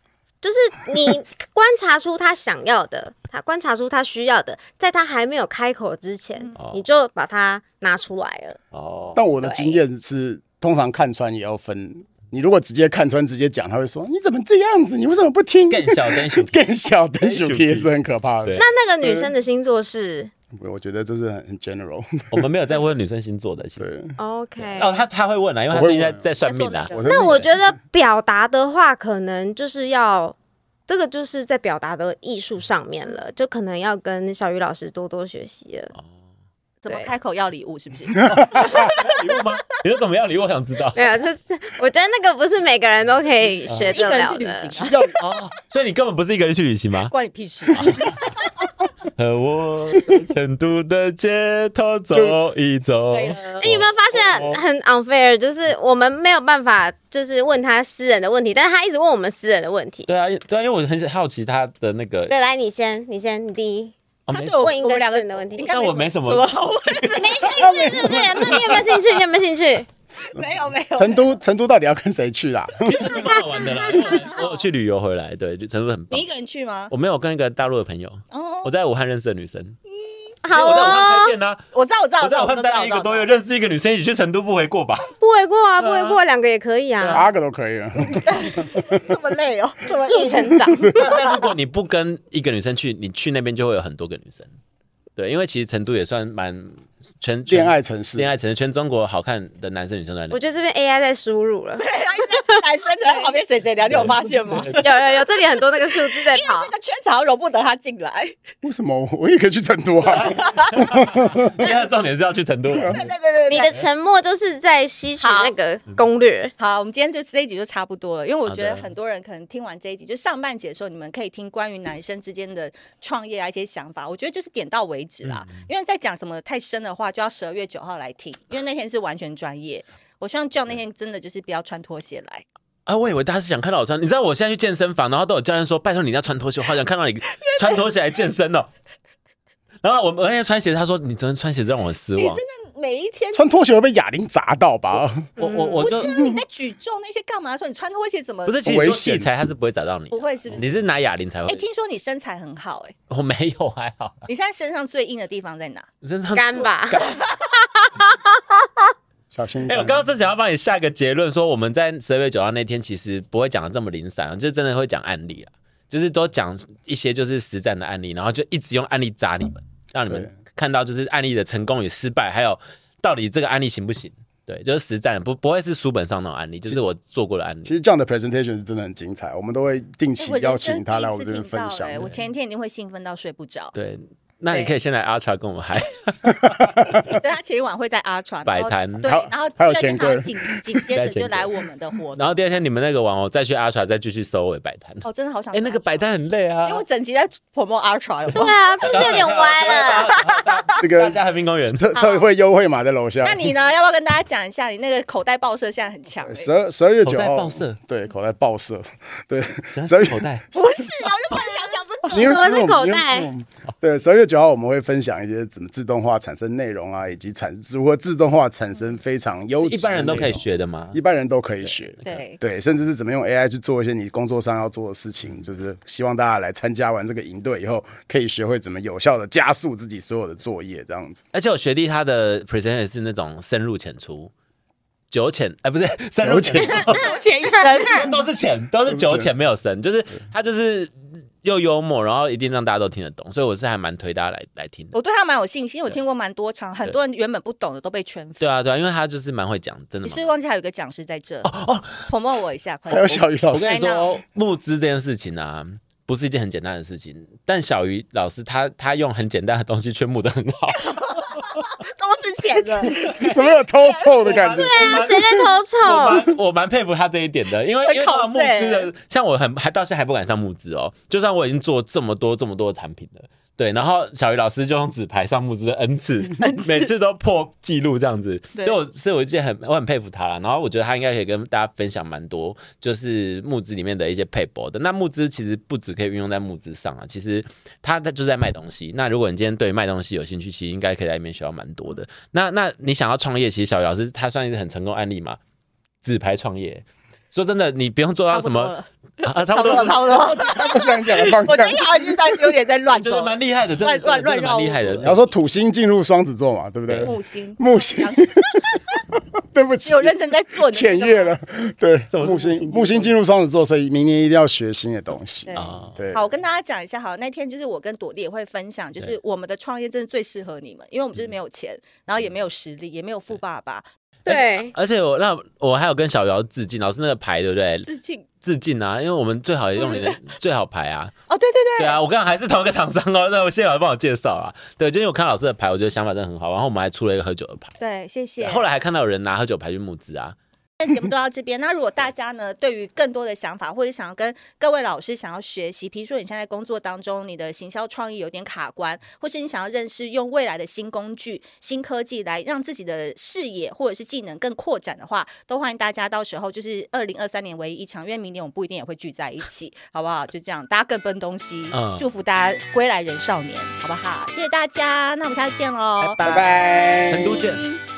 [SPEAKER 1] 就是你观察出他想要的，他观察出他需要的，在他还没有开口之前，
[SPEAKER 2] 哦
[SPEAKER 1] 你就把它拿出来了。
[SPEAKER 2] 哦，
[SPEAKER 4] 但我的经验是，通常看穿也要分。你如果直接看穿，直接讲，他会说你怎么这样子？你为什么不听？
[SPEAKER 2] 更小灯熊，
[SPEAKER 4] 更小的小
[SPEAKER 2] 小
[SPEAKER 4] P 也是很可怕的
[SPEAKER 2] 对。
[SPEAKER 1] 那那个女生的星座是
[SPEAKER 4] 我觉得就是很很 general。
[SPEAKER 2] 我们没有在问女生星座的。其实
[SPEAKER 4] 对，
[SPEAKER 1] OK。
[SPEAKER 2] 哦，他他会问啊，因为他
[SPEAKER 4] 我会
[SPEAKER 2] 最近在
[SPEAKER 4] 问
[SPEAKER 2] 在算命啊
[SPEAKER 3] 在做。
[SPEAKER 4] 我
[SPEAKER 1] 那
[SPEAKER 4] 的
[SPEAKER 1] 我觉得表达的话，可能就是要这个就是在表达的艺术上面了，就可能要跟小雨老师多多学习了。
[SPEAKER 3] 怎么
[SPEAKER 1] 对
[SPEAKER 3] 开口要礼物？是不是？
[SPEAKER 2] 礼物吗？你说怎么样礼物？我想知道。
[SPEAKER 1] 没有，就是 我觉得那个不是每个人都可以学
[SPEAKER 3] 一
[SPEAKER 1] 得
[SPEAKER 3] 个人
[SPEAKER 1] 了
[SPEAKER 3] 去旅
[SPEAKER 1] 的。
[SPEAKER 3] 行啊，
[SPEAKER 2] 要 哦，所以你根本不是一个人去旅 行吗？
[SPEAKER 3] 关你屁事啊！
[SPEAKER 2] 和我在成都的街头走一走。
[SPEAKER 3] 啊
[SPEAKER 1] 那你有没有发现很 unfair？就是我们没有办法，就是问他私人的问题，但是他一直问我们私人的问题。
[SPEAKER 2] 对啊，因对啊，因为我很好奇他的那个，
[SPEAKER 1] 对，来你先，你先，你第一。
[SPEAKER 2] 哦
[SPEAKER 3] 啊他
[SPEAKER 2] 没
[SPEAKER 3] 对我
[SPEAKER 1] 问一个
[SPEAKER 3] 我们两个
[SPEAKER 1] 私人的问题哦
[SPEAKER 3] 应该
[SPEAKER 2] 但我没什么
[SPEAKER 3] 怎么好问，
[SPEAKER 1] 没兴趣，对不对？那你有没有兴趣？你有没有兴趣？
[SPEAKER 3] 没有没有。
[SPEAKER 4] 成都，成都到底要跟谁去啊啦？
[SPEAKER 2] 其实蛮好 玩的啦。因为我我有去旅游回来，对，就成都很棒
[SPEAKER 3] 你一。个人去吗？
[SPEAKER 2] 我没有跟一个大陆的朋友，我
[SPEAKER 3] 哦，
[SPEAKER 2] 在武汉认识的女生，因为
[SPEAKER 1] 好
[SPEAKER 2] 我在武汉
[SPEAKER 1] 哦
[SPEAKER 2] 开，店啊，
[SPEAKER 3] 我知道我知道
[SPEAKER 2] 我在武汉
[SPEAKER 3] 知道
[SPEAKER 2] 待了一个多月，
[SPEAKER 3] 我知
[SPEAKER 2] 认识一个女生，一起去成都不为过吧？
[SPEAKER 1] 不为过啊，不
[SPEAKER 2] 对啊
[SPEAKER 1] 为过，两个也可以啊，
[SPEAKER 4] 八个都可以了。
[SPEAKER 3] 道这么累哦， 这么
[SPEAKER 1] 自
[SPEAKER 3] 硬
[SPEAKER 1] 我成长。
[SPEAKER 2] 但但如果你不跟一个女生去，你去那边就会有很多个女生。对，因为其实成都也算蛮全全
[SPEAKER 4] 恋爱城市，
[SPEAKER 2] 恋爱城市，全中国好看的男生女生在那里。
[SPEAKER 1] 我觉得这边 AI 在输入了，
[SPEAKER 3] 啊男生在旁边谁谁聊，你有发现吗？因
[SPEAKER 1] 有有有，这里很多那个数字在跑
[SPEAKER 3] 为这，个圈子好像容不得他进来。
[SPEAKER 4] 为什么 我也可以去成都 啊？
[SPEAKER 2] 第二重点是要去成都玩，
[SPEAKER 3] 对对对对
[SPEAKER 1] 你的沉默就是在吸取那个攻略。
[SPEAKER 3] 好，我们今天就这一集就差不多了，因为我
[SPEAKER 2] 好
[SPEAKER 3] 觉得
[SPEAKER 2] 的
[SPEAKER 3] 很多人可能听完这一集，就上半节的时候，你们可以听关于男生之间的创业啊一些想法，我觉得就是点到为止啦。
[SPEAKER 2] 嗯
[SPEAKER 3] 因为再讲什么太深的话，就要十二月九号来听，因为那天是完全专业。我希望 John 那天真的就是不要穿拖鞋来，
[SPEAKER 2] 啊，我以为大家是想看到我穿，你知道我现在去健身房，然后都有教练说，拜托你一定要穿拖鞋，我好想看到你穿拖鞋来健身哦。然后我我那天穿鞋子，他说你昨天穿鞋子让我很失望，
[SPEAKER 3] 每一天
[SPEAKER 4] 穿拖鞋会被哑铃砸到吧？
[SPEAKER 2] 我我我
[SPEAKER 3] 不
[SPEAKER 2] 就是
[SPEAKER 3] 你在举重那些干嘛的时候，你穿拖鞋怎么
[SPEAKER 2] 不是其实
[SPEAKER 4] 危
[SPEAKER 2] 做
[SPEAKER 4] 险
[SPEAKER 2] 器材他是不会砸到你
[SPEAKER 3] 不
[SPEAKER 2] 的，
[SPEAKER 3] 会是不是？
[SPEAKER 2] 你是拿哑铃才
[SPEAKER 3] 哎、
[SPEAKER 2] 会，
[SPEAKER 3] 听说你身材很好哎、
[SPEAKER 2] 我没有还好，
[SPEAKER 3] 你现在身上最硬的地方在哪？
[SPEAKER 2] 身上
[SPEAKER 1] 干吧，
[SPEAKER 4] 小心！
[SPEAKER 2] 哎、我刚刚正想要帮你下一个结论，说我们在十二月九号那天其实不会讲的这么零散，啊就真的会讲案例啊，就是都讲一些就是实战的案例，然后就一直用案例砸你们，让你们
[SPEAKER 4] 对
[SPEAKER 2] 看到就是案例的成功与失败，还有到底这个案例行不行？对，就是实战，不不会是书本上那种案例，就是我做过的案
[SPEAKER 4] 其
[SPEAKER 2] 例。
[SPEAKER 4] 实这样的 presentation 是真的很精彩，我们都会定
[SPEAKER 3] 哎
[SPEAKER 4] 期
[SPEAKER 3] 我人
[SPEAKER 4] 邀
[SPEAKER 3] 生
[SPEAKER 4] 请他
[SPEAKER 3] 第一
[SPEAKER 4] 来我
[SPEAKER 3] 次
[SPEAKER 4] 们这边
[SPEAKER 3] 听
[SPEAKER 4] 分
[SPEAKER 3] 到
[SPEAKER 4] 享
[SPEAKER 3] 哎。我前一天一定会兴奋到睡不 着。
[SPEAKER 2] 对，那你可以先来阿查跟我们嗨，
[SPEAKER 3] 对他前一晚会在阿传
[SPEAKER 2] 摆摊
[SPEAKER 3] 对
[SPEAKER 4] 还有，
[SPEAKER 3] 然后
[SPEAKER 4] 还有
[SPEAKER 3] 第二天
[SPEAKER 4] 钱柜
[SPEAKER 3] 他 紧紧接着就来我们的活动。
[SPEAKER 2] 然后第二天你们那个完，我再去阿查再继续收尾摆摊。
[SPEAKER 3] 哦，真的好想
[SPEAKER 2] 哎、那个摆摊很累啊
[SPEAKER 3] 因为，我整集在 promo 阿 传，有没有
[SPEAKER 1] 对啊，是不是有点歪了？
[SPEAKER 4] 这
[SPEAKER 2] 大
[SPEAKER 4] 个
[SPEAKER 2] 家和平公园。
[SPEAKER 4] 特特惠优惠码在楼下。
[SPEAKER 3] 那你呢？要不要跟大家讲一下？你那个口袋报社现在很强欸，
[SPEAKER 4] 十二十二月
[SPEAKER 2] 口
[SPEAKER 4] 九
[SPEAKER 2] 袋
[SPEAKER 4] 号，
[SPEAKER 2] 爆色
[SPEAKER 4] 对，口袋爆色，对，
[SPEAKER 2] 喜
[SPEAKER 4] 十
[SPEAKER 2] 欢
[SPEAKER 4] 二月
[SPEAKER 2] 口袋，
[SPEAKER 3] 不是啊，我就真的想讲这个。
[SPEAKER 4] 你又
[SPEAKER 1] 我的
[SPEAKER 4] 是我们
[SPEAKER 1] 口
[SPEAKER 4] 你又是
[SPEAKER 1] 袋
[SPEAKER 4] 我们对，十二月九号我们会分享一些怎么自动化产生内容啊，以及产如何自动化产生非常优质，
[SPEAKER 2] 一般人都可以，学的吗？
[SPEAKER 4] 一般人都可以学。
[SPEAKER 3] 对，
[SPEAKER 4] 对，甚至是怎么用 AI 去做一些你工作上要做的事情，就是希望大家来参加完这个营队以后，可以学会怎么有效的加速自己所有的作业，这样子。
[SPEAKER 2] 而且我学弟他的 present 也是那种深入浅出，九浅哎不是 深入浅出，
[SPEAKER 3] 钱医 生，
[SPEAKER 2] 都是浅，都是九浅没有深，就是他就是又幽默，然后一定让大家都听得懂，所以我是还蛮推大家来来听的。
[SPEAKER 3] 我对他蛮有信心，因为我听过蛮多场，很多人原本不懂的都被圈粉。
[SPEAKER 2] 对啊对啊，因为他就是蛮会讲，真的
[SPEAKER 3] 你
[SPEAKER 2] 吗
[SPEAKER 3] 是不？是忘记还有一个讲师在这哦 promo 哎我一下，快
[SPEAKER 4] 还
[SPEAKER 3] 点
[SPEAKER 4] 有小鱼老
[SPEAKER 2] 我
[SPEAKER 4] 师
[SPEAKER 2] 跟你
[SPEAKER 3] 在那
[SPEAKER 2] 说，募资这件事情啊，不是一件很简单的事情，但小鱼老师他他用很简单的东西却募得很好，
[SPEAKER 1] 都是钱 的，
[SPEAKER 4] 怎么有偷臭的感觉？
[SPEAKER 1] 啊，谁在偷
[SPEAKER 2] 我
[SPEAKER 1] 臭？
[SPEAKER 2] 蛮我蛮佩服他这一点的，因为
[SPEAKER 3] 会
[SPEAKER 2] 因为
[SPEAKER 3] 考
[SPEAKER 2] 他募资
[SPEAKER 3] 试
[SPEAKER 2] 的，像我很还到现在还不敢上募资哦，就算我已经做这么多这么多的产品了。对，然后小鱼老师就用纸牌上募资的 n 次，每次都破纪录这样子，
[SPEAKER 3] 对
[SPEAKER 2] 所以我所以我就很我很佩服他啦。然后我觉得他应该可以跟大家分享蛮多，就是募资里面的一些配博的。那募资其实不只可以运用在募资上啊，其实他他就是在卖东西。那如果你今天对卖东西有兴趣，其实应该可以在里面学到蛮多的。那那你想要创业，其实小鱼老师他算是很成功案例嘛，纸牌创业。说真的，你不用做
[SPEAKER 3] 差
[SPEAKER 2] 到
[SPEAKER 3] 不
[SPEAKER 2] 什
[SPEAKER 3] 多
[SPEAKER 2] 么
[SPEAKER 3] 了，
[SPEAKER 2] 啊，差
[SPEAKER 3] 差
[SPEAKER 2] 不
[SPEAKER 3] 不
[SPEAKER 2] 多
[SPEAKER 3] 多了，差不多了。
[SPEAKER 4] 他不想讲的 方
[SPEAKER 3] 我觉
[SPEAKER 4] 向
[SPEAKER 3] 得。你好像是在有点在乱
[SPEAKER 2] 就是
[SPEAKER 3] 走，
[SPEAKER 2] 蛮厉害的，真的
[SPEAKER 3] 乱
[SPEAKER 2] 真的
[SPEAKER 3] 乱
[SPEAKER 2] 真的
[SPEAKER 3] 绕
[SPEAKER 2] 蛮厉害的。
[SPEAKER 3] 路
[SPEAKER 4] 然后说土星进入双子座嘛，对不对？
[SPEAKER 3] 木星。
[SPEAKER 4] 木星， 对不起
[SPEAKER 3] 有，认真在做你
[SPEAKER 4] 浅
[SPEAKER 3] 那个
[SPEAKER 4] 夜了。对，
[SPEAKER 2] 么
[SPEAKER 4] 木星木星进入双子座，所以明年一定要学新的东西
[SPEAKER 3] 对。
[SPEAKER 2] 啊，
[SPEAKER 4] 对，
[SPEAKER 3] 好，我跟大家讲一下，好，那天就是我跟朵莉也会分享，就是我们的创业真的最适合你们，因为我们就是
[SPEAKER 2] 嗯
[SPEAKER 3] 没有钱，然后也没有实力，也没有富爸爸，
[SPEAKER 1] 对，
[SPEAKER 2] 而且我那我还有跟小姚致敬，老师那个牌对不对？
[SPEAKER 3] 致敬。
[SPEAKER 2] 致敬啊，因为我们最好也用 你的最好牌啊。
[SPEAKER 3] 哦，对对对，
[SPEAKER 2] 对啊，我刚刚还是同一个厂商哦，那我谢谢老师帮我介绍啊。对，今天我看老师的牌，我觉得想法真的很好。然后我们还出了一个喝酒的牌，
[SPEAKER 3] 对，谢谢。
[SPEAKER 2] 后来还看到有人拿喝酒牌去募资啊。
[SPEAKER 3] 今天节目都到这边。那如果大家呢，对于更多的想法，或者想要跟各位老师想要学习，比如说你现在工作当中，你的行销创意有点卡关，或是你想要认识用未来的新工具、新科技来让自己的视野或者是技能更扩展的话，都欢迎大家到时候就是二零二三年唯一一场，因为明年我们不一定也会聚在一起，好不好？就这样，大家各奔东西，
[SPEAKER 2] 嗯
[SPEAKER 3] 祝福大家归来人少年，好不好？谢谢大家，那我们下次见喽，
[SPEAKER 4] 拜拜，
[SPEAKER 2] 成都见。
[SPEAKER 3] 拜。